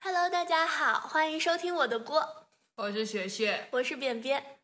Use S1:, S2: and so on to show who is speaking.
S1: Hello，大家好，欢迎收听我的锅，
S2: 我是雪雪，
S1: 我是便便。